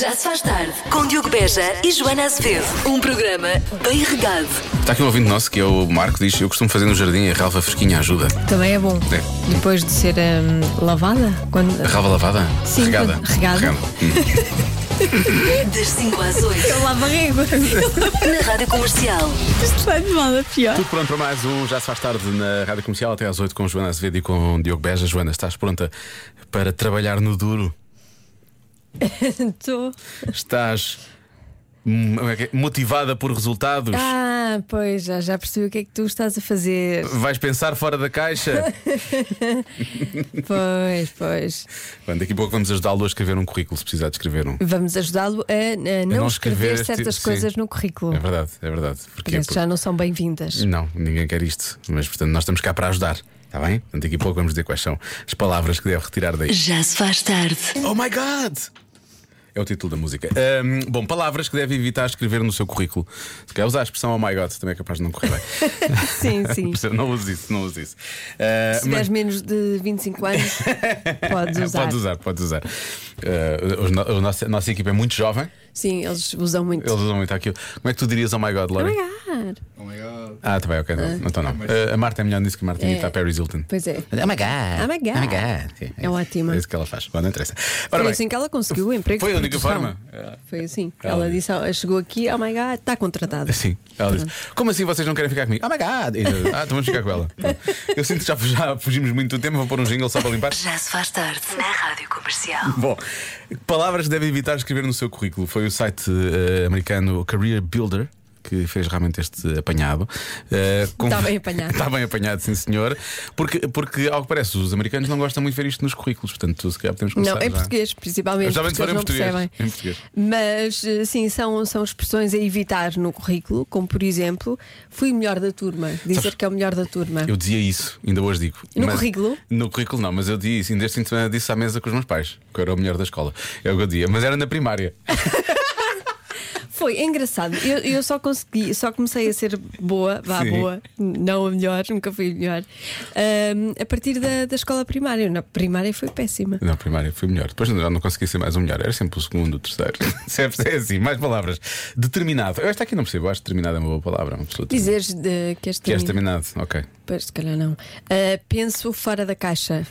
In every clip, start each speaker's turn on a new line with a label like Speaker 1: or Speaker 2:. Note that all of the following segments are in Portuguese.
Speaker 1: Já se faz tarde com Diogo Beja e Joana Azevedo. Um programa bem regado.
Speaker 2: Está aqui um ouvinte nosso que é o Marco, diz: Eu costumo fazer no jardim a ralva fresquinha ajuda.
Speaker 3: Também é bom.
Speaker 2: É.
Speaker 3: Depois de ser hum, lavada? Quando...
Speaker 2: A ralva lavada?
Speaker 3: Sim,
Speaker 2: regada.
Speaker 3: regada.
Speaker 2: Hum.
Speaker 1: Das 5 às 8
Speaker 3: Eu lavo a régua.
Speaker 1: na Rádio Comercial.
Speaker 3: Isto vai de mal a pior.
Speaker 2: Tudo pronto para mais um Já se faz tarde na Rádio Comercial até às 8 com Joana Azevedo e com Diogo Beja. Joana, estás pronta para trabalhar no duro?
Speaker 3: Estou.
Speaker 2: Estás hum, como é que é? motivada por resultados?
Speaker 3: Ah, pois já, já percebi o que é que tu estás a fazer.
Speaker 2: Vais pensar fora da caixa?
Speaker 3: Pois, pois.
Speaker 2: Bom, daqui a pouco vamos ajudá-lo a escrever um currículo, se precisar de escrever um.
Speaker 3: Vamos ajudá-lo a, a não,
Speaker 2: não escrever
Speaker 3: escrever,
Speaker 2: este-
Speaker 3: certas
Speaker 2: sim.
Speaker 3: coisas no currículo.
Speaker 2: É verdade, é verdade. Porque,
Speaker 3: Parece que já não são bem-vindas.
Speaker 2: Não, ninguém quer isto. Mas, portanto, nós estamos cá para ajudar. Está bem? Portanto, daqui a pouco vamos dizer quais são as palavras que deve retirar daí.
Speaker 1: Já se faz tarde.
Speaker 2: Oh my God! É o título da música. Ahm, bom, palavras que deve evitar escrever no seu currículo. Se quer usar a expressão oh my God, também é capaz de não correr bem.
Speaker 3: Sim, sim.
Speaker 2: Por isso, não use isso, não use isso. Ah,
Speaker 3: Se tiveres menos de 25 anos, podes usar.
Speaker 2: Podes usar, podes usar. Ah, os no- a nossa, a nossa equipa é muito jovem,
Speaker 3: Sim, eles usam muito.
Speaker 2: eles usam muito aquilo. Como é que tu dirias oh my God, Lori?
Speaker 3: é. Obrigado.
Speaker 2: Ah, tá bem, ok, não, então não. Ah, a Marta é melhor nisso que a Marta imita a Paris Hilton.
Speaker 3: Pois é.
Speaker 2: Oh my God!
Speaker 3: Oh my God.
Speaker 2: Oh my God. Sim,
Speaker 3: É
Speaker 2: isso.
Speaker 3: ótima.
Speaker 2: É isso que ela faz. Bom, não interessa. Ora
Speaker 3: Foi
Speaker 2: bem,
Speaker 3: assim que ela conseguiu o emprego.
Speaker 2: foi a
Speaker 3: de
Speaker 2: única
Speaker 3: produção.
Speaker 2: forma. Ah,
Speaker 3: Foi assim. Ela disse, "Ah, chegou aqui, oh my god, está contratada.
Speaker 2: Sim, ela disse: Como assim vocês não querem ficar comigo? Oh my God! E, ah, então vamos ficar com ela. Pronto. Eu sinto que já, já fugimos muito do tempo, vou pôr um jingle só para limpar.
Speaker 1: Já se faz tarde na Rádio Comercial.
Speaker 2: Bom, palavras que devem evitar escrever no seu currículo. Foi o site eh, americano Career Builder. Que fez realmente este apanhado. Eh, com-
Speaker 3: Está Tá bem apanhado.
Speaker 2: Está bem apanhado, sim, senhor. Porque, porque, ao que parece, os americanos não gostam muito de ver isto nos currículos. Portanto, se calhar podemos começar.
Speaker 3: Não, em
Speaker 2: já.
Speaker 3: português, principalmente,
Speaker 2: Já bem que
Speaker 3: porque
Speaker 2: for
Speaker 3: eles
Speaker 2: em
Speaker 3: não
Speaker 2: português,
Speaker 3: percebem.
Speaker 2: em português.
Speaker 3: Mas, eh, sim, são, são expressões a evitar no currículo, como por exemplo, fui o melhor da turma, dizer
Speaker 2: Sabes-
Speaker 3: que é o melhor da turma.
Speaker 2: Eu dizia isso, ainda hoje digo.
Speaker 3: No currículo?
Speaker 2: No currículo não, mas eu dizia isso. Ainda este fim de semana disse à mesa com os meus pais, que eu era o melhor da escola. É o que eu dizia, mas era na primária.
Speaker 3: Foi, é engraçado. Eu, eu só consegui, só comecei a ser boa, vá
Speaker 2: Sim.
Speaker 3: boa, n- não a melhor, nunca fui a melhor, ahm, a partir da, da escola primária. Na primária foi péssima.
Speaker 2: Na primária fui melhor. Depois já não consegui ser mais o melhor. Era sempre o segundo, o terceiro. Sempre é assim. Mais palavras. Determinado. Eu esta aqui não percebo. Eu acho que determinado é uma boa palavra. Uma pessoa determinada.
Speaker 3: Dizeres de, que és
Speaker 2: Que és
Speaker 3: terminado.
Speaker 2: determinado, ok.
Speaker 3: Pois, se calhar não. Ah, penso fora da caixa.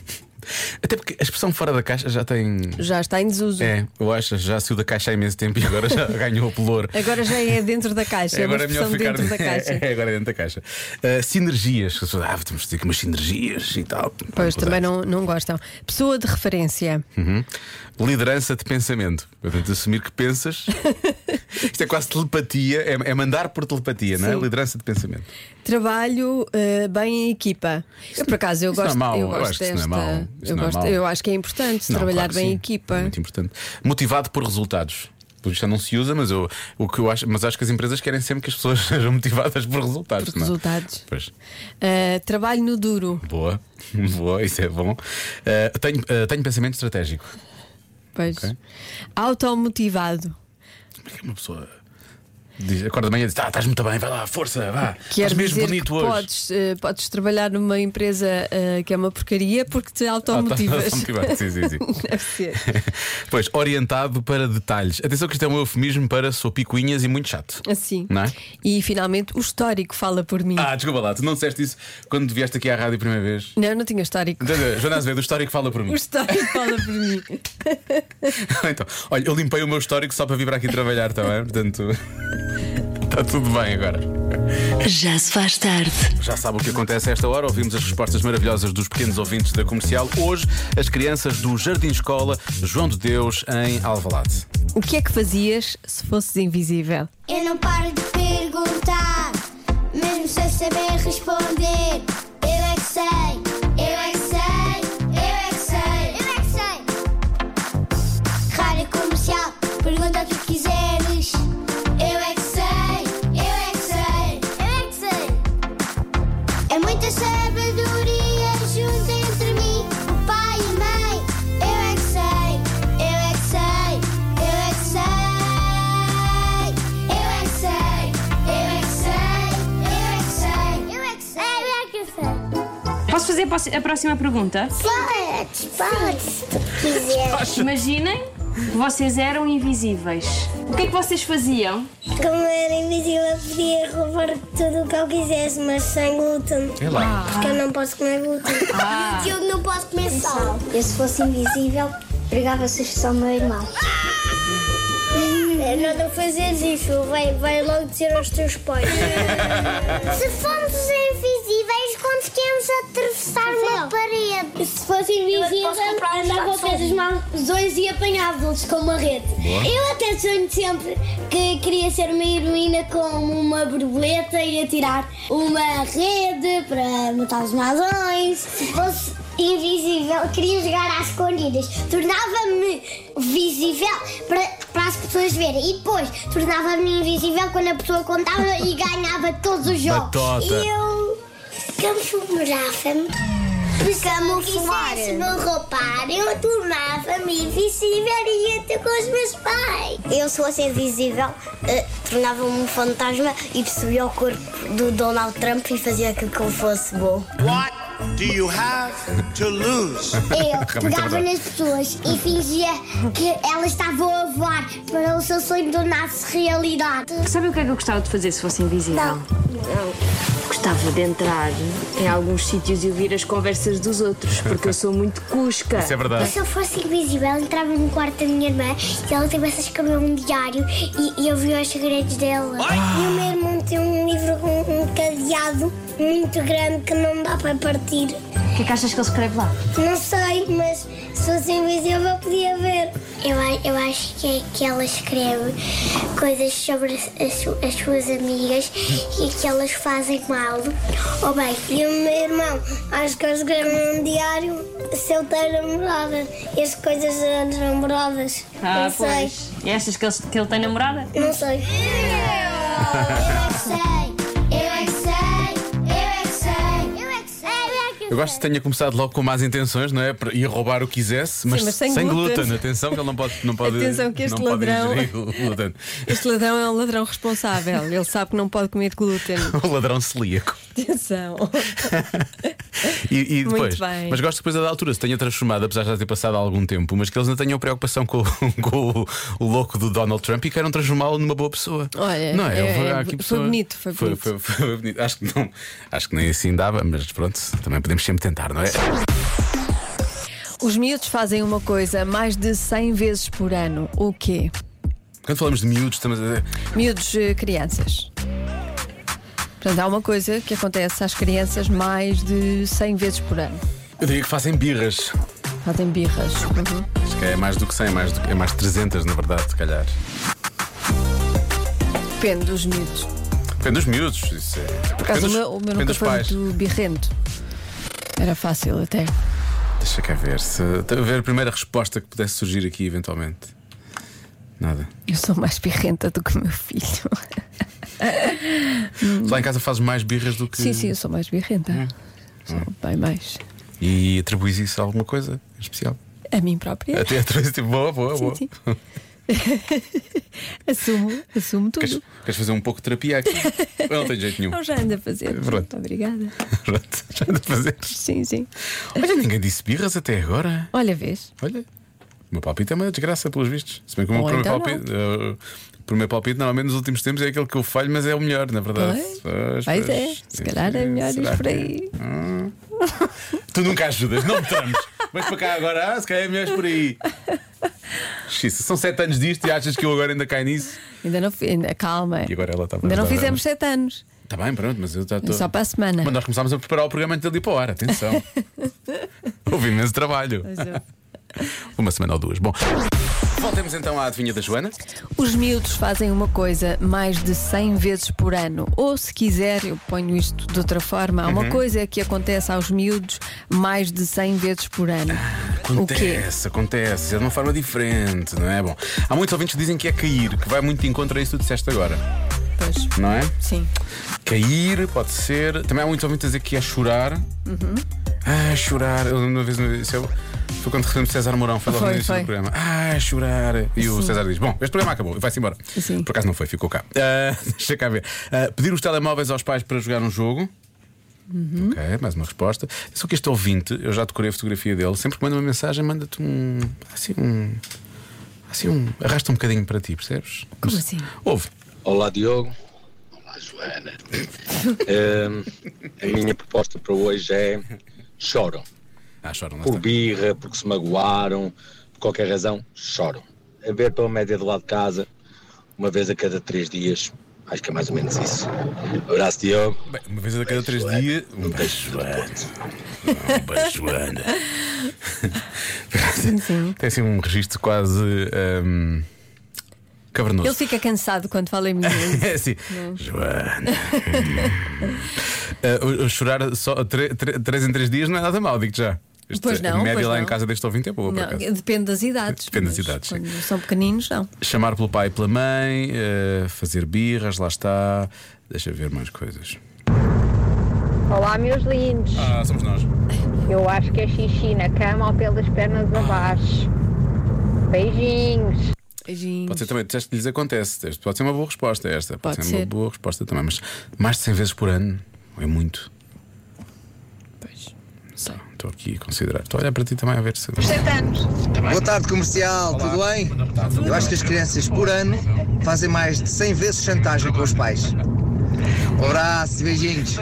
Speaker 2: Até porque a expressão fora da caixa já tem.
Speaker 3: Já está em desuso.
Speaker 2: É, eu acho, já saiu da caixa há imenso tempo e agora já ganhou o pelour.
Speaker 3: Agora já é dentro da caixa. É,
Speaker 2: agora
Speaker 3: uma expressão dentro da caixa.
Speaker 2: É, agora é dentro da caixa. Ah, sinergias. As pessoas, Ah, temos de ter aqui umas sinergias e tal.
Speaker 3: Pois
Speaker 2: Vamos usar.
Speaker 3: também não, não gostam. Pessoa de referência.
Speaker 2: Uhum. Liderança de pensamento. Portanto, assumir que pensas. Isto é quase telepatia. É, é mandar por telepatia, não é?
Speaker 3: Sim.
Speaker 2: Liderança de pensamento.
Speaker 3: Trabalho eh, bem em equipa. Eu, por acaso, eu
Speaker 2: isso não é
Speaker 3: gosto,
Speaker 2: mau,
Speaker 3: eu
Speaker 2: eu
Speaker 3: gosto
Speaker 2: acho que isso
Speaker 3: desta.
Speaker 2: não é mau, isso
Speaker 3: eu,
Speaker 2: não é
Speaker 3: gosto-
Speaker 2: mau.
Speaker 3: eu acho que é importante
Speaker 2: Não,
Speaker 3: trabalhar
Speaker 2: claro que
Speaker 3: bem em
Speaker 2: sim.
Speaker 3: equipa.
Speaker 2: É muito importante. Motivado por resultados. Por isto já não se usa, mas eu, o que eu acho, mas acho que as empresas querem sempre que as pessoas sejam motivadas por resultados.
Speaker 3: Por
Speaker 2: não é?
Speaker 3: resultados.
Speaker 2: Pois.
Speaker 3: Eh, trabalho no duro.
Speaker 2: Boa, boa, isso é bom. Ah, tenho, ah, tenho pensamento estratégico.
Speaker 3: Pois.
Speaker 2: Ok.
Speaker 3: Automotivado.
Speaker 2: Como é que é uma pessoa diz, acorda de manhã e diz: ah, estás muito bem, vai lá, força, vá.
Speaker 3: Quer
Speaker 2: estás mesmo
Speaker 3: dizer
Speaker 2: bonito
Speaker 3: que
Speaker 2: hoje.
Speaker 3: Podes, eh, podes trabalhar numa empresa eh, que é uma porcaria porque te
Speaker 2: Ah, tá-
Speaker 3: automotivas.
Speaker 2: tá motivado, sim, sim, sim.
Speaker 3: Deve ser.
Speaker 2: pois, orientado para detalhes. Atenção que isto é um eufemismo para sou picuinhas e muito chato.
Speaker 3: Assim.
Speaker 2: Não é?
Speaker 3: E finalmente o histórico fala por mim.
Speaker 2: Ah, desculpa lá, tu não disseste isso quando vieste aqui à rádio a primeira vez.
Speaker 3: Não, não tinha histórico.
Speaker 2: Entendeu? Joana Azevedo, o histórico fala por mim.
Speaker 3: O histórico fala por mim.
Speaker 2: então, olha, eu limpei o meu histórico só para vir para aqui trabalhar, está bem? Portanto, está tudo bem agora.
Speaker 1: Já se faz tarde.
Speaker 2: Já sabe o que acontece a esta hora, ouvimos as respostas maravilhosas dos pequenos ouvintes da comercial. Hoje, as crianças do Jardim Escola João de Deus em Alvalade.
Speaker 3: O que é que fazias se fosses invisível?
Speaker 4: Eu não paro de perguntar, mesmo sem saber responder. Eu é que sei, eu é que sei, eu é que sei, eu é que sei. Rádio comercial, pergunta o que quiseres. Eu é que sei, eu é que sei, eu é que sei. É muita sabedoria junto entre mim, o pai e a mãe. Eu é que sei, eu é que sei, eu é que sei. Eu é que sei, eu é que sei, eu é que sei, eu é que sei. Eu
Speaker 5: Posso fazer a pos- a próxima pergunta?
Speaker 4: é que sei. Fala-te, fala-te se tu quiseres.
Speaker 5: Imaginem Vocês eram invisíveis. O que é que vocês faziam?
Speaker 4: Como era invisível, podia roubar tudo o que eu quisesse, mas sem glúten.
Speaker 2: É
Speaker 3: Ah.
Speaker 2: lá.
Speaker 4: Porque eu não posso comer glúten. E eu não posso comer sal. Eu, se fosse invisível, pregava susto ao meu irmão. Nada fazer isso, vai, vai logo dizer aos teus pais. Se fomos invisíveis, conseguimos atravessar uma parede. Se fosse invisível, andava com as mãos e apanhava-los com uma rede. Eu até sonho sempre que queria ser uma heroína com uma borboleta e atirar uma rede para matar os mazões. Se fosse invisível, queria jogar às escondidas. Tornava-me visível para para as pessoas verem. E depois tornava-me invisível quando a pessoa contava e ganhava todos os jogos.
Speaker 2: Batota.
Speaker 4: E eu camuflava-me. Camuflar. Se me roubar, eu tornava-me invisível e ia ter com os meus pais. Eu, se fosse invisível, eh, tornava-me um fantasma e subia ao corpo do Donald Trump e fazia aquilo que eu fosse bom.
Speaker 6: What do you have to lose?
Speaker 4: Eu
Speaker 2: Realmente é
Speaker 4: pegava
Speaker 2: verdade.
Speaker 4: nas pessoas e fingia que elas estavam a voar para o seu sonho tornar-se realidade.
Speaker 5: Sabe o que é que eu gostava de fazer se fosse invisível? Gostava de entrar em alguns sítios e ouvir as conversas dos outros, porque eu sou muito cusca.
Speaker 2: Isso é verdade.
Speaker 4: Se eu fosse invisível, eu entrava no quarto da minha irmã e ela tivesse a escrever um diário e, e eu via os segredos dela. E o meu irmão tem um livro com um cadeado muito grande que não dá para partir.
Speaker 5: O que é que achas que ele escreve lá?
Speaker 4: Não sei, mas se fosse invisível eu podia ver. Eu, a- eu acho que, é que ela escreve coisas sobre as, as su- as suas amigas e que elas fazem mal. Ou bem, e o meu irmão, acho que eu escrevo num diário se eu tenho namorada e as coisas das namoradas.
Speaker 5: Ah,
Speaker 4: não sei.
Speaker 5: E achas que ele, que ele tem namorada?
Speaker 4: Não sei. Eu é que sei, eu é que sei, eu é que sei, eu é que sei.
Speaker 2: Eu gosto que tenha começado logo com más intenções, não é? Para ir roubar o que quisesse, mas,
Speaker 3: mas sem
Speaker 2: glúten.
Speaker 3: glúten.
Speaker 2: Atenção que ele não pode. Não pode
Speaker 3: Atenção que este
Speaker 2: não pode
Speaker 3: ladrão-
Speaker 2: ingerir o glúten.
Speaker 3: Este ladrão é um ladrão responsável. Ele sabe que não pode comer glúten.
Speaker 2: O ladrão celíaco.
Speaker 3: Atenção.
Speaker 2: E, e
Speaker 3: Muito
Speaker 2: depois,
Speaker 3: bem.
Speaker 2: mas gosto depois da altura, se tenha transformado, apesar de já ter passado algum tempo, mas que eles não tenham preocupação com, com o, o louco do Donald Trump e queiram transformá-lo numa boa pessoa.
Speaker 3: Olha,
Speaker 2: não é?
Speaker 3: é-
Speaker 2: Houve
Speaker 3: é-
Speaker 2: aqui
Speaker 3: foi
Speaker 2: pessoa-
Speaker 3: bonito, foi bonito.
Speaker 2: Foi, foi bonito. Acho que, não, acho que nem assim dava, mas pronto, também podemos sempre tentar, não é?
Speaker 3: Os miúdos fazem uma coisa mais de 100 vezes por ano. O quê?
Speaker 2: Quando falamos de miúdos, estamos a.
Speaker 3: Miúdos, eh, crianças. Portanto, há uma coisa que acontece às crianças mais de 100 vezes por ano.
Speaker 2: Eu diria que fazem birras.
Speaker 3: Fazem birras. Uhum.
Speaker 2: Acho que é mais do que 100, é mais, do que- é mais de 300, na verdade, se calhar.
Speaker 3: Depende dos miúdos.
Speaker 2: Depende dos miúdos. Isso é...
Speaker 3: Por acaso, o
Speaker 2: depende dos-
Speaker 3: meu, o meu
Speaker 2: depende
Speaker 3: nunca
Speaker 2: dos
Speaker 3: foi
Speaker 2: pais.
Speaker 3: muito birrento. Era fácil até.
Speaker 2: Deixa cá ver se. a ver a primeira resposta que pudesse surgir aqui eventualmente. Nada.
Speaker 3: Eu sou mais birrenta do que o meu filho.
Speaker 2: Tu Lá em casa fazes mais birras do que.
Speaker 3: Hum.
Speaker 2: Hum.
Speaker 3: Sim, sim, eu sou mais birrenta. Sou bem mais.
Speaker 2: E atribuis isso a alguma coisa em especial?
Speaker 3: A mim própria.
Speaker 2: Até atribuis tipo, boa, boa, boa.
Speaker 3: Sim, sim. assumo, assumo
Speaker 2: É. Queres,
Speaker 3: tudo.
Speaker 2: queres fazer um pouco de terapia aqui? Eu não tenho jeito nenhum.
Speaker 3: Eu já ando a fazer.
Speaker 2: Pronto.
Speaker 3: Muito Obrigada.
Speaker 2: Pronto, já ando a fazer.
Speaker 3: Sim, sim.
Speaker 2: Olha, ninguém disse birras até agora.
Speaker 3: Olha, vês?
Speaker 2: Olha, o meu palpite é uma desgraça, pelos vistos. Se bem que o meu
Speaker 3: Ou
Speaker 2: primeiro
Speaker 3: então
Speaker 2: palpite. eh, o primeiro palpite, normalmente nos últimos tempos, é aquele que eu falho, mas é o melhor, na verdade.
Speaker 3: Pois. Pois é, se calhar é melhor
Speaker 2: Será
Speaker 3: ir por
Speaker 2: que- Ah.
Speaker 3: aí.
Speaker 2: Tu nunca ajudas, não me trames. Mas para cá agora, ah, se calhar é melhor ir por aí. Xisa, são sete anos disto e achas que eu agora ainda caio nisso?
Speaker 3: Ainda não fi- ainda, calma.
Speaker 2: E agora ela está a
Speaker 3: Ainda não
Speaker 2: perguntar,
Speaker 3: fizemos sete anos.
Speaker 2: Está Tá bem, pronto, mas eu já
Speaker 3: É
Speaker 2: estou.
Speaker 3: só para a semana.
Speaker 2: Mas nós começámos a preparar o programa antes dele ir para o ar, atenção. Houve imenso trabalho.
Speaker 3: é.
Speaker 2: Uma semana ou duas. Bom, voltemos então à adivinha da Joana.
Speaker 3: Os miúdos fazem uma coisa mais de 100 vezes por ano. Ou, se quiser, eu ponho isto de outra forma, há
Speaker 2: Uhum.
Speaker 3: uma coisa que acontece aos miúdos mais de 100 vezes por ano. o quê?
Speaker 2: Acontece, acontece, é de uma forma diferente, não é? Bom, há muitos ouvintes que dizem que é cair, que vai muito de encontro a isso que tu disseste agora,
Speaker 3: Pois,
Speaker 2: não é?
Speaker 3: sim.
Speaker 2: Cair, pode ser. Também há muitos ouvintes a dizer que é chorar.
Speaker 3: Uhum.
Speaker 2: Ah, chorar. Eu lembro de uma vez, isso eu- foi quando recebemos César Mourão, foi logo no
Speaker 3: Foi,
Speaker 2: início do
Speaker 3: foi.
Speaker 2: programa. Ah, chorar. E o César diz: Bom, este programa acabou, e vai-se embora.
Speaker 3: Sim.
Speaker 2: Por acaso não foi, ficou cá. Ah, deixa cá ver. Ah, pedir os telemóveis aos pais para jogar um jogo.
Speaker 3: Uhum.
Speaker 2: Ok, mais uma resposta. Só que este ouvinte, eu já decorei a fotografia dele, sempre que manda uma mensagem, manda-te um. Assim, um. assim um. Arrasta um bocadinho para ti, percebes?
Speaker 3: Como assim?
Speaker 2: Ouve.
Speaker 7: Olá Diogo. Olá Joana. Ehm, a minha proposta para hoje é choram.
Speaker 2: Ah, choram, lá
Speaker 7: Por
Speaker 2: está.
Speaker 7: birra, porque se magoaram, por qualquer razão, choram. A ver pela média do lado de casa, uma vez a cada três dias. Acho que é mais ou menos isso. Abraço Diogo.
Speaker 2: Bem, uma vez a cada três dias. Um beijo, Joana. Um beijo, Joana.
Speaker 3: Sim, sim.
Speaker 2: Tem assim um registro quase. hum, cavernoso.
Speaker 3: Ele fica cansado quando fala em miúdos.
Speaker 2: É assim, Joana. Ah, o- o chorar só tre- tre- três em três dias não é nada mal, digo já. Este-
Speaker 3: Pois não,
Speaker 2: a média
Speaker 3: pois
Speaker 2: lá em
Speaker 3: não.
Speaker 2: casa deste ouvinte é boa, por
Speaker 3: Não,
Speaker 2: acaso.
Speaker 3: depende das idades.
Speaker 2: Depende das
Speaker 3: mas
Speaker 2: idades, sim.
Speaker 3: Quando são pequeninos, não.
Speaker 2: Chamar pelo pai e pela mãe, eh, fazer birras, lá está. Deixa ver mais coisas.
Speaker 8: Olá, meus lindos.
Speaker 2: Ah, somos nós.
Speaker 8: Eu acho que é xixi na cama ou pelas pernas abaixo. Beijinhos.
Speaker 3: Beijinhos.
Speaker 2: Pode ser também, disseste que lhes acontece. Isto Pode ser uma boa resposta esta. Pode,
Speaker 3: Pode
Speaker 2: ser, uma
Speaker 3: ser.
Speaker 2: boa resposta também. Mas mais de 100 vezes por ano é muito.
Speaker 3: Pois.
Speaker 2: Então, Estou aqui a considerar. Estou a olhar para ti também a ver se.
Speaker 9: Boa tarde, comercial, tudo bem? Eu acho que as crianças por ano fazem mais de 100 vezes chantagem com os pais. Um abraço e beijinhos.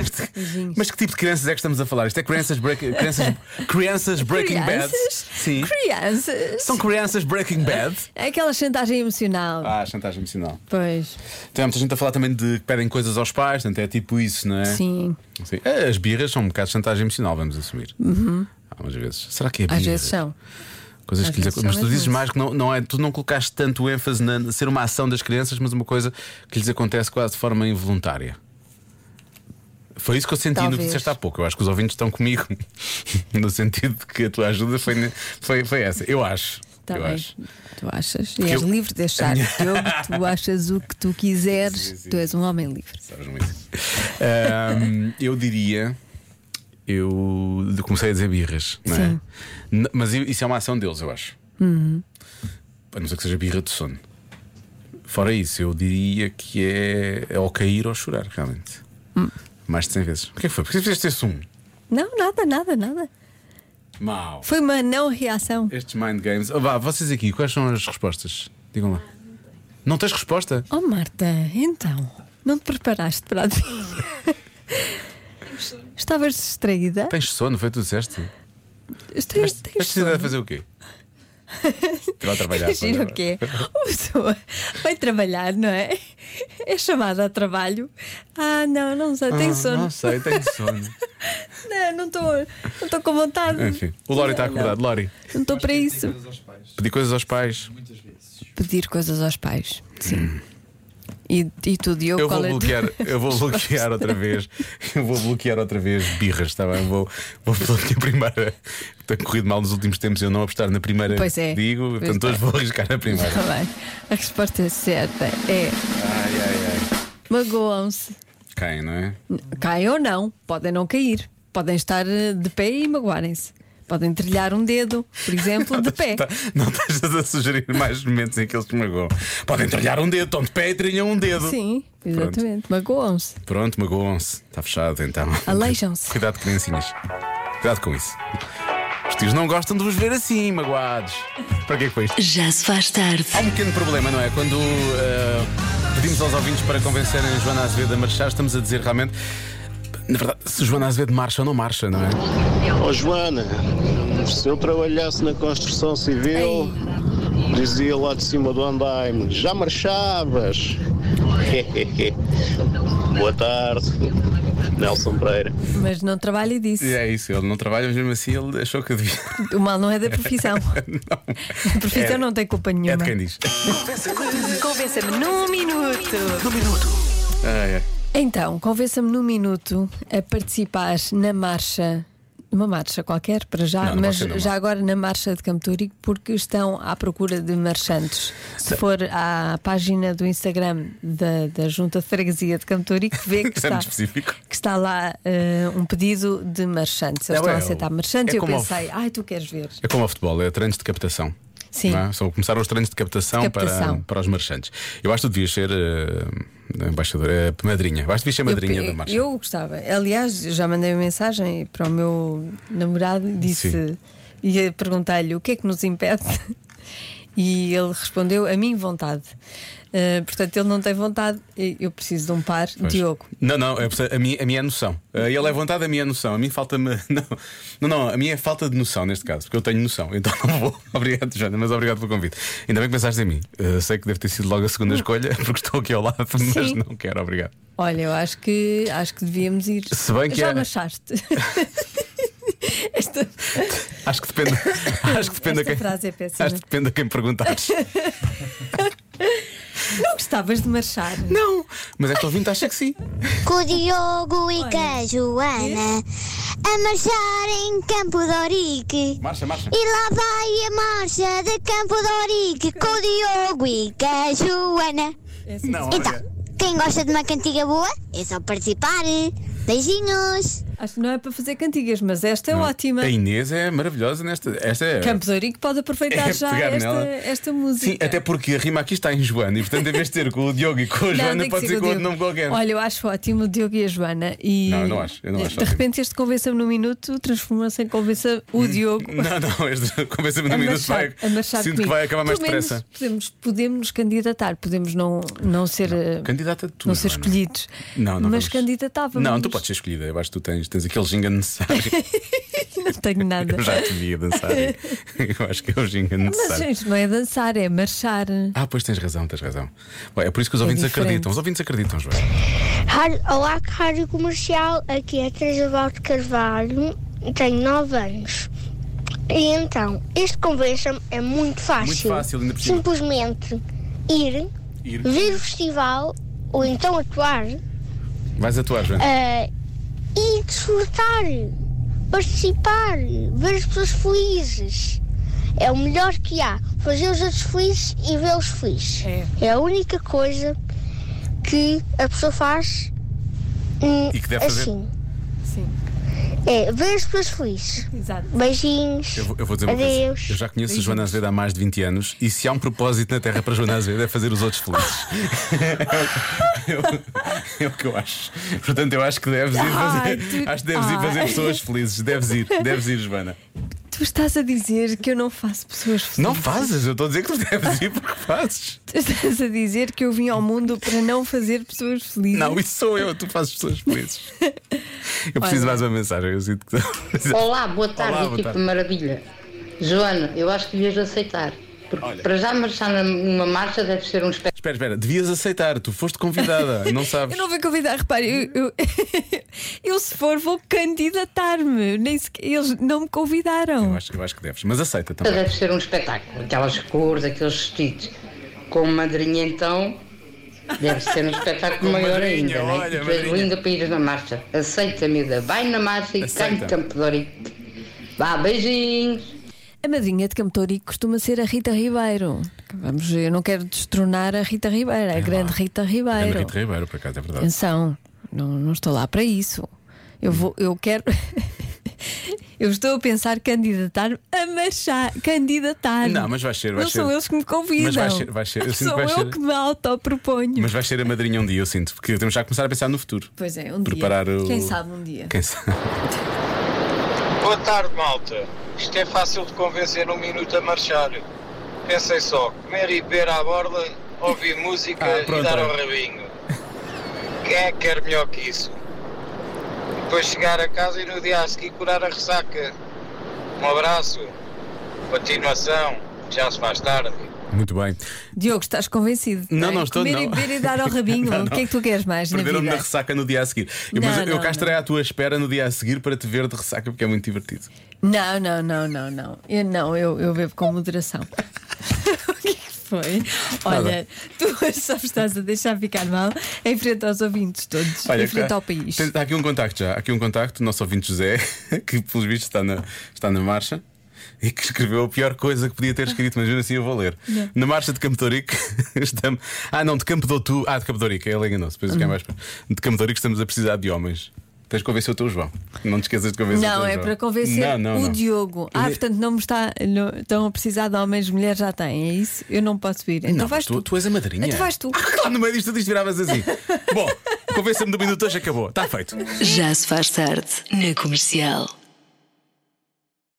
Speaker 2: Mas que tipo de crianças é que estamos a falar? Isto é crianças, break- crianças, crianças Breaking Bad?
Speaker 3: Crianças?
Speaker 2: Sim.
Speaker 3: Crianças.
Speaker 2: São crianças Breaking Bad?
Speaker 3: É aquela chantagem emocional.
Speaker 2: Ah, chantagem emocional.
Speaker 3: Pois.
Speaker 2: Tem muita gente a falar também de que pedem coisas aos pais, portanto é tipo isso, não é?
Speaker 3: Sim.
Speaker 2: Sim. Eh, As birras são um bocado de chantagem emocional, vamos assumir. Algumas vezes. Será que é birra?
Speaker 3: Uhum. Às vezes são.
Speaker 2: Coisas
Speaker 3: Às
Speaker 2: que lhes
Speaker 3: vezes
Speaker 2: acon- Mas
Speaker 3: são,
Speaker 2: tu
Speaker 3: às
Speaker 2: dizes
Speaker 3: vezes.
Speaker 2: mais que não, não é, tu não colocaste tanto ênfase na ser uma ação das crianças, mas uma coisa que lhes acontece quase de forma involuntária. Foi isso que eu senti no que
Speaker 3: Talvez.
Speaker 2: disseste há pouco. Eu acho que os ouvintes estão comigo, no sentido de que a tua ajuda foi, ne- foi, foi essa. Eu acho.
Speaker 3: Tá
Speaker 2: eu
Speaker 3: bem.
Speaker 2: acho.
Speaker 3: Tu achas? E és
Speaker 2: eu-
Speaker 3: livre de achar. Diogo, tu achas o que tu quiseres. Tu és um homem livre.
Speaker 2: Sabes muito. Ahm, eu diria. Eu comecei a dizer birras, não é?
Speaker 3: Sim.
Speaker 2: N- Mas eu- isso é uma ação deles, eu acho. A não ser que seja birra de sono. Fora isso, eu diria que é, é ou cair ou chorar, realmente. Mais de 100 vezes. O que é que foi? Porque fizeste esse um?
Speaker 3: Não, nada, nada, nada.
Speaker 2: Mau.
Speaker 3: Foi uma não reação.
Speaker 2: Estes mind games. Ah, vá, vocês aqui, quais são as respostas? Digam lá. Não tens resposta?
Speaker 3: Oh, Marta, então, não te preparaste para a adivinha? Estavas distraída?
Speaker 2: Tens sono, foi o que tu disseste?
Speaker 3: Estou
Speaker 2: Mas mas precisas de fazer o quê? Vai trabalhar. vai
Speaker 3: Imagina o
Speaker 2: trabalhar.
Speaker 3: que é. Uma pessoa vai trabalhar, não é? É chamada a trabalho. Ah, não, não sei, tenho sono.
Speaker 2: Não sei, tenho sono.
Speaker 3: Não, não estou não estou com vontade.
Speaker 2: Enfim, o tá- Lori está acordado. Lori,
Speaker 3: Não estou para isso.
Speaker 2: pedi coisas aos pais.
Speaker 3: Pedir coisas aos pais. Sim. E, e tu, Diogo,
Speaker 2: Hum. Eu
Speaker 3: qual
Speaker 2: vou
Speaker 3: é a tua-
Speaker 2: bloquear, eu vou bloquear outra vez. Eu vou bloquear outra vez birras, está bem? Vou, vou pela minha primeira. Tem corrido mal nos últimos tempos eu não apostar na primeira.
Speaker 3: Pois é.
Speaker 2: que Digo,
Speaker 3: Pois
Speaker 2: portanto hoje
Speaker 3: é.
Speaker 2: vou arriscar a primeira.
Speaker 3: Está bem. A resposta certa é
Speaker 2: Ai, ai, ai.
Speaker 3: magoam-se.
Speaker 2: Quem, não é?
Speaker 3: Caem ou não, podem não cair. Podem estar eh, de pé e magoarem-se. Podem trilhar um dedo, por exemplo, de pé.
Speaker 2: Tá- não estás a sugerir mais momentos em que eles te magoam. Podem trilhar um dedo, estão de pé e trilham um dedo.
Speaker 3: Sim, exatamente. Magoam-se.
Speaker 2: Pronto, magoam-se. Está fechado então.
Speaker 3: Alejam-se.
Speaker 2: Cuidado, criancinhas. Cuidado com isso. Os tios não gostam de vos ver assim, magoados. Para que é que foi isto?
Speaker 1: Já se faz tarde.
Speaker 2: Há um pequeno problema, não é? Quando eh, pedimos aos ouvintes para convencerem a Joana Azevedo a marchar, estamos a dizer realmente. Na verdade, se Joana Azevedo marcha ou não marcha, não é?
Speaker 10: Ó Joana, se eu trabalhasse na construção civil, dizia lá de cima do andaime, já marchavas. Boa tarde, Nelson Pereira.
Speaker 3: Mas não trabalho disso.
Speaker 2: E é isso, ele não trabalha, mas mesmo assim ele achou que devia.
Speaker 3: O mal não é da profissão.
Speaker 2: não.
Speaker 3: A profissão
Speaker 2: É-
Speaker 3: não tem culpa
Speaker 2: É de
Speaker 3: nenhuma.
Speaker 2: quem diz.
Speaker 3: Convença-me num minuto.
Speaker 2: Ai, ai.
Speaker 3: Então, convença-me num minuto a participar na marcha. Uma marcha qualquer, para já,
Speaker 2: Não, não
Speaker 3: mas
Speaker 2: marcha não,
Speaker 3: já
Speaker 2: marcha.
Speaker 3: agora na marcha de Camptúrico, porque estão à procura de marchantes. Se for à página do Instagram da, da Junta de Freguesia de Camptúrico, vê que
Speaker 2: Isso é
Speaker 3: está,
Speaker 2: muito específico.
Speaker 3: que está lá eh, um pedido de marchantes. Eles
Speaker 2: Não,
Speaker 3: estão
Speaker 2: é
Speaker 3: a
Speaker 2: o-
Speaker 3: aceitar marchantes
Speaker 2: é
Speaker 3: e eu
Speaker 2: como o-
Speaker 3: pensei, ai, tu queres ver?
Speaker 2: É como ao futebol, é treinos de captação.
Speaker 3: Sim.
Speaker 2: não é? Só começaram os treinos de captação,
Speaker 3: De captação.
Speaker 2: Para, para os marchantes. Eu acho que tu devias ser eh, embaixadora, eh, madrinha. Eu acho que devias ser madrinha
Speaker 3: eu,
Speaker 2: da marcha.
Speaker 3: Eu gostava. Aliás, eu já mandei uma mensagem para o meu namorado e disse
Speaker 2: Sim.
Speaker 3: e eu perguntei-lhe o que é que nos impede. E ele respondeu: A mim, vontade. Uh, portanto, ele não tem vontade, eu preciso de um par,
Speaker 2: Pois.
Speaker 3: Diogo.
Speaker 2: Não, não, é preciso- a minha, a minha é noção. Uh, Ele é vontade, a minha é noção. A mim falta-me. Não, não, não, a minha é falta de noção neste caso, porque eu tenho noção, então não vou. Obrigado, Joana, mas obrigado pelo convite. Ainda bem que pensaste em mim. Uh, sei que deve ter sido logo a segunda escolha, porque estou aqui ao lado, mas
Speaker 3: Sim.
Speaker 2: não quero, obrigado.
Speaker 3: Olha, eu acho que acho que devíamos ir.
Speaker 2: Se bem que
Speaker 3: Já
Speaker 2: é-
Speaker 3: baixaste. Esta,
Speaker 2: Acho que depende. Acho que depende
Speaker 3: esta
Speaker 2: a quem.
Speaker 3: frase é péssima.
Speaker 2: Acho que depende a quem perguntares.
Speaker 3: Não gostavas de marchar?
Speaker 2: Não! Mas esta ouvinte acha que sim.
Speaker 4: Com o Diogo e com a Joana a marchar em Campo de Orique.
Speaker 2: Marcha, marcha.
Speaker 4: E lá vai a marcha de Campo de Orique com o Diogo e com a Joana.
Speaker 2: Não,
Speaker 4: Então, quem gosta de uma cantiga boa é só participar. Beijinhos!
Speaker 3: Acho que não é para fazer cantigas, mas esta é ótima.
Speaker 2: A Inês é maravilhosa nesta. Esta é.
Speaker 3: Campos Ourique pode aproveitar
Speaker 2: É,
Speaker 3: já
Speaker 2: pegar
Speaker 3: esta,
Speaker 2: nela.
Speaker 3: esta
Speaker 2: Sim,
Speaker 3: música.
Speaker 2: até porque a rima aqui está em Joana e portanto, em vez de ter com o Diogo e com a
Speaker 3: Não,
Speaker 2: Joana,
Speaker 3: tem que
Speaker 2: pode ser
Speaker 3: o
Speaker 2: com outro
Speaker 3: Diogo.
Speaker 2: nome qualquer.
Speaker 3: Olha, eu acho ótimo o Diogo e a Joana. E
Speaker 2: Não, eu não acho, eu não acho
Speaker 3: de
Speaker 2: ótimo. Hum,
Speaker 3: repente este convença-me no minuto transforma-se em convença o Diogo.
Speaker 2: Não, não, este convença-me
Speaker 3: a
Speaker 2: no minuto.
Speaker 3: marchar,
Speaker 2: Vai,
Speaker 3: a marchar
Speaker 2: sinto que
Speaker 3: comigo.
Speaker 2: vai acabar mais
Speaker 3: Pelo menos
Speaker 2: depressa.
Speaker 3: Podemos, podemos nos candidatar, podemos não, não ser, eh,
Speaker 2: Candidata tu.
Speaker 3: não ser
Speaker 2: Joana.
Speaker 3: escolhidos.
Speaker 2: Não, não
Speaker 3: mas
Speaker 2: vamos.
Speaker 3: candidatávamos.
Speaker 2: Não, tu podes ser escolhida. Eu acho que tu tens, tens aquele ginga necessário.
Speaker 3: Não tenho nada.
Speaker 2: Eu já te vi a dançar. Eu acho que é o ginga
Speaker 3: Mas
Speaker 2: necessário.
Speaker 3: gente, não é dançar, é marchar.
Speaker 2: Ah, pois tens razão, tens razão. Bom, é por isso que os
Speaker 3: É
Speaker 2: ouvintes
Speaker 3: diferente.
Speaker 2: acreditam. Os ouvintes acreditam, Joana.
Speaker 11: Rádio- Olá, Rádio Comercial, aqui é Teresa Val de Carvalho, tenho 9 anos. E então, este convença é muito fácil.
Speaker 2: Muito fácil, ainda por cima.
Speaker 11: Simplesmente ir,
Speaker 2: Ir.
Speaker 11: ver o festival ou então atuar
Speaker 2: Vais atuar, Joana.
Speaker 11: ah, e desfrutar, participar, ver as pessoas felizes. É o melhor que há, fazer os outros felizes e vê-los felizes. É. a única coisa que a pessoa faz hum,
Speaker 2: E que deve fazer.
Speaker 11: assim.
Speaker 3: Sim.
Speaker 11: É ver as pessoas felizes.
Speaker 3: Exato.
Speaker 11: Beijinhos.
Speaker 2: Eu vou, eu vou dizer uma
Speaker 11: Adeus.
Speaker 2: coisa. Eu já conheço a Joana Azevedo há mais de 20 anos e se há um propósito na Terra para a Joana Azevedo é fazer os outros felizes. é, o, é o- é o que eu acho. Portanto, eu acho que deves ir fazer.
Speaker 3: Ai, tu-
Speaker 2: Acho que deves ir fazer
Speaker 3: ai.
Speaker 2: pessoas felizes. Deves ir, deves ir, Joana.
Speaker 3: Tu estás a dizer que eu não faço pessoas felizes.
Speaker 2: Não fazes, eu estou a dizer que tu deves ir porque fazes.
Speaker 3: Tu estás a dizer que eu vim ao mundo para não fazer pessoas felizes.
Speaker 2: Não, isso sou eu, tu fazes pessoas felizes. Eu preciso de mais uma mensagem, eu sinto que.
Speaker 12: Olá, boa tarde,
Speaker 2: Olá, boa
Speaker 12: equipa
Speaker 2: tarde.
Speaker 12: maravilha. Joana, eu acho que devias aceitar. Porque para já marchar na- numa marcha deve ser um espécie.
Speaker 2: Espera, espera, devias aceitar, tu foste convidada, não sabes.
Speaker 3: Eu não vou convidar, repare, eu, eu, eu, se for vou candidatar-me. Nem sequer, eles não me convidaram.
Speaker 2: Eu acho, eu acho que deves, mas aceita também.
Speaker 12: Deve ser um espetáculo. Aquelas cores, aqueles vestidos. Com madrinha então, deve ser um
Speaker 2: Com
Speaker 12: espetáculo maior
Speaker 2: madrinha,
Speaker 12: ainda.
Speaker 2: olha,
Speaker 12: né? Tu és
Speaker 2: madrinha.
Speaker 12: linda para ir na marcha. Aceita, miúda. Vai na marcha e cai
Speaker 2: Aceita.
Speaker 12: de Campo de Ourique. Vá, beijinhos.
Speaker 3: A madrinha de Campo Tórico costuma ser a Rita Ribeiro. Vamos, eu não quero destronar a Rita Ribeiro, a grande Rita Ribeiro.
Speaker 2: Ana Rita Ribeiro, por acaso, é verdade.
Speaker 3: Atenção, não, não estou lá para isso. Eu vou, eu quero. eu estou a pensar candidatar a marchar. Candidatar.
Speaker 2: Não, mas vais ser, vais
Speaker 3: Não
Speaker 2: ser.
Speaker 3: são eles que me convidam.
Speaker 2: Mas vais ser, vais ser. Eu sinto
Speaker 3: Sou
Speaker 2: que vais
Speaker 3: eu
Speaker 2: ser.
Speaker 3: que me autoproponho.
Speaker 2: Mas vais ser a madrinha um dia, eu sinto, porque temos já a começar a pensar no futuro.
Speaker 3: Pois é, um
Speaker 2: Preparar
Speaker 3: dia.
Speaker 2: o-
Speaker 3: Quem sabe um dia.
Speaker 2: Quem sabe?
Speaker 13: Boa tarde, malta. Isto é fácil de convencer num minuto a marchar. Pensem só, comer e beber à borda, ouvir música
Speaker 2: Ah,
Speaker 13: e
Speaker 2: pronto,
Speaker 13: dar
Speaker 2: olha.
Speaker 13: ao rabinho. Quem é que quer melhor que isso? Depois chegar a casa e no dia a seguir curar a ressaca. Um abraço. Continuação. Já se faz tarde.
Speaker 2: Muito bem.
Speaker 3: Diogo, estás convencido?
Speaker 2: Não,
Speaker 3: é?
Speaker 2: não estou,
Speaker 3: Comer
Speaker 2: não.
Speaker 3: e beber e dar ao rabinho.
Speaker 2: Não, não.
Speaker 3: O que é que tu queres mais na vida?
Speaker 2: Perderam-me na ressaca no dia a seguir. Eu,
Speaker 3: Não,
Speaker 2: mas eu- eu
Speaker 3: não,
Speaker 2: cá estarei à tua espera no dia a seguir para te ver de ressaca, porque é muito divertido.
Speaker 3: Não, não, não, não, não. Eu não, eu, eu bebo com moderação. o que é que foi? Olha,
Speaker 2: Nada.
Speaker 3: tu hoje só me estás a deixar ficar mal em frente aos ouvintes todos, em frente
Speaker 2: cá-
Speaker 3: ao país.
Speaker 2: tem- Há aqui um contacto já. Há aqui um contacto, o nosso ouvinte José, que pelos vistos está na, está na marcha. E que escreveu a pior coisa que podia ter escrito, mas mesmo assim eu vou ler.
Speaker 14: Não.
Speaker 2: Na marcha de Campo de Ourique, estamos. Ah, não, de Campo de Outu. Ah, de Campo de Ourique, ele enganou-se. Depois quem
Speaker 3: Uhum.
Speaker 2: mais. De Campo de Ourique estamos a precisar de homens. Tens de convencer o teu João. Não te esqueças de convencer o
Speaker 3: Não,
Speaker 2: teu
Speaker 3: é
Speaker 2: João.
Speaker 3: para convencer
Speaker 2: Não, não, é-
Speaker 3: o
Speaker 2: não.
Speaker 3: Diogo. Ah, portanto, não me está. Não, estão a precisar de homens, mulheres já têm, é isso? Eu não posso ir. Então
Speaker 2: Não,
Speaker 3: vais tu.
Speaker 2: tu, tu és a madrinha.
Speaker 3: Então vais tu.
Speaker 2: Ah, no meio disto diz viravas assim. Bom, convença-me do minuto hoje acabou. Está feito.
Speaker 1: Já se faz tarde na comercial.